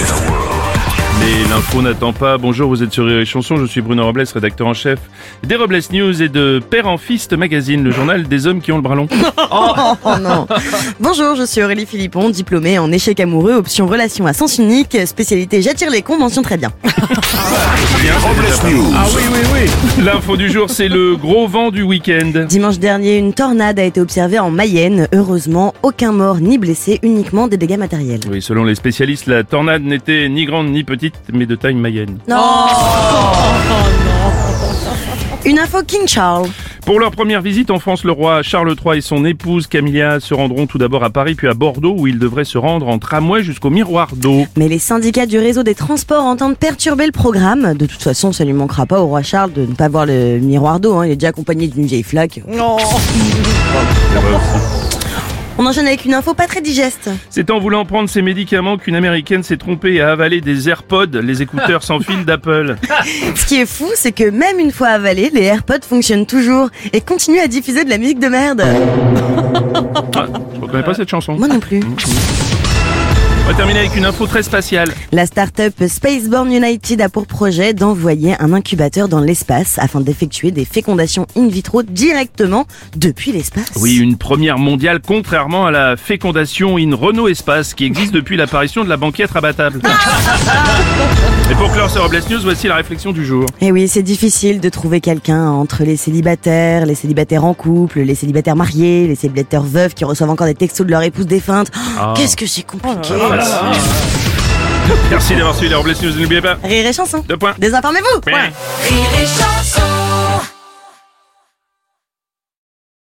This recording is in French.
in a world. Mais l'info n'attend pas. Bonjour, vous êtes sur Rire et Chanson. Je suis Bruno Robles, rédacteur en chef des Robles News et de Père en Fist Magazine, le journal des hommes qui ont le bras long. Oh non Bonjour, je suis Aurélie Philippon, diplômée en échec amoureux, option relation à sens unique, spécialité j'attire les cons, mention très bien. Les Robles News. Ah oui, oui, oui. L'info du jour, c'est le gros vent du week-end. Dimanche dernier, une tornade a été observée en Mayenne. Heureusement, aucun mort ni blessé, uniquement des dégâts matériels. Oui, selon les spécialistes, la tornade n'était ni grande ni petite, mais de taille mayenne. Non Une info King Charles. Pour leur première visite en France, le roi Charles III et son épouse Camilla se rendront tout d'abord à Paris, puis à Bordeaux, où ils devraient se rendre en tramway jusqu'au miroir d'eau. Mais les syndicats du réseau des transports entendent perturber le programme. De toute façon, ça ne lui manquera pas au roi Charles de ne pas voir le miroir d'eau. hein. Il est déjà accompagné d'une vieille flaque. On enchaîne avec une info pas très digeste. C'est en voulant prendre ces médicaments qu'une américaine s'est trompée et a avalé des AirPods, les écouteurs sans fil d'Apple. Ce qui est fou, c'est que même une fois avalés, les AirPods fonctionnent toujours et continuent à diffuser de la musique de merde. Ah, je reconnais pas cette chanson. Moi non plus. On va terminer avec une info très spatiale. La start-up Spaceborne United a pour projet d'envoyer un incubateur dans l'espace afin d'effectuer des fécondations in vitro directement depuis l'espace. Oui, une première mondiale, contrairement à la fécondation in Renault Espace qui existe depuis l'apparition de la banquette abattable. Et pour clore ce Robles News, voici la réflexion du jour. Et Eh oui, c'est difficile de trouver quelqu'un entre les célibataires, les célibataires en couple, les célibataires mariés, les célibataires veuves qui reçoivent encore des textos de leur épouse défunte. Oh, Ah. Qu'est-ce que c'est compliqué. Merci d'avoir suivi les Robles News, n'oubliez pas. Rire et chanson. Deux points. Désinformez-vous. Point. Rire et chanson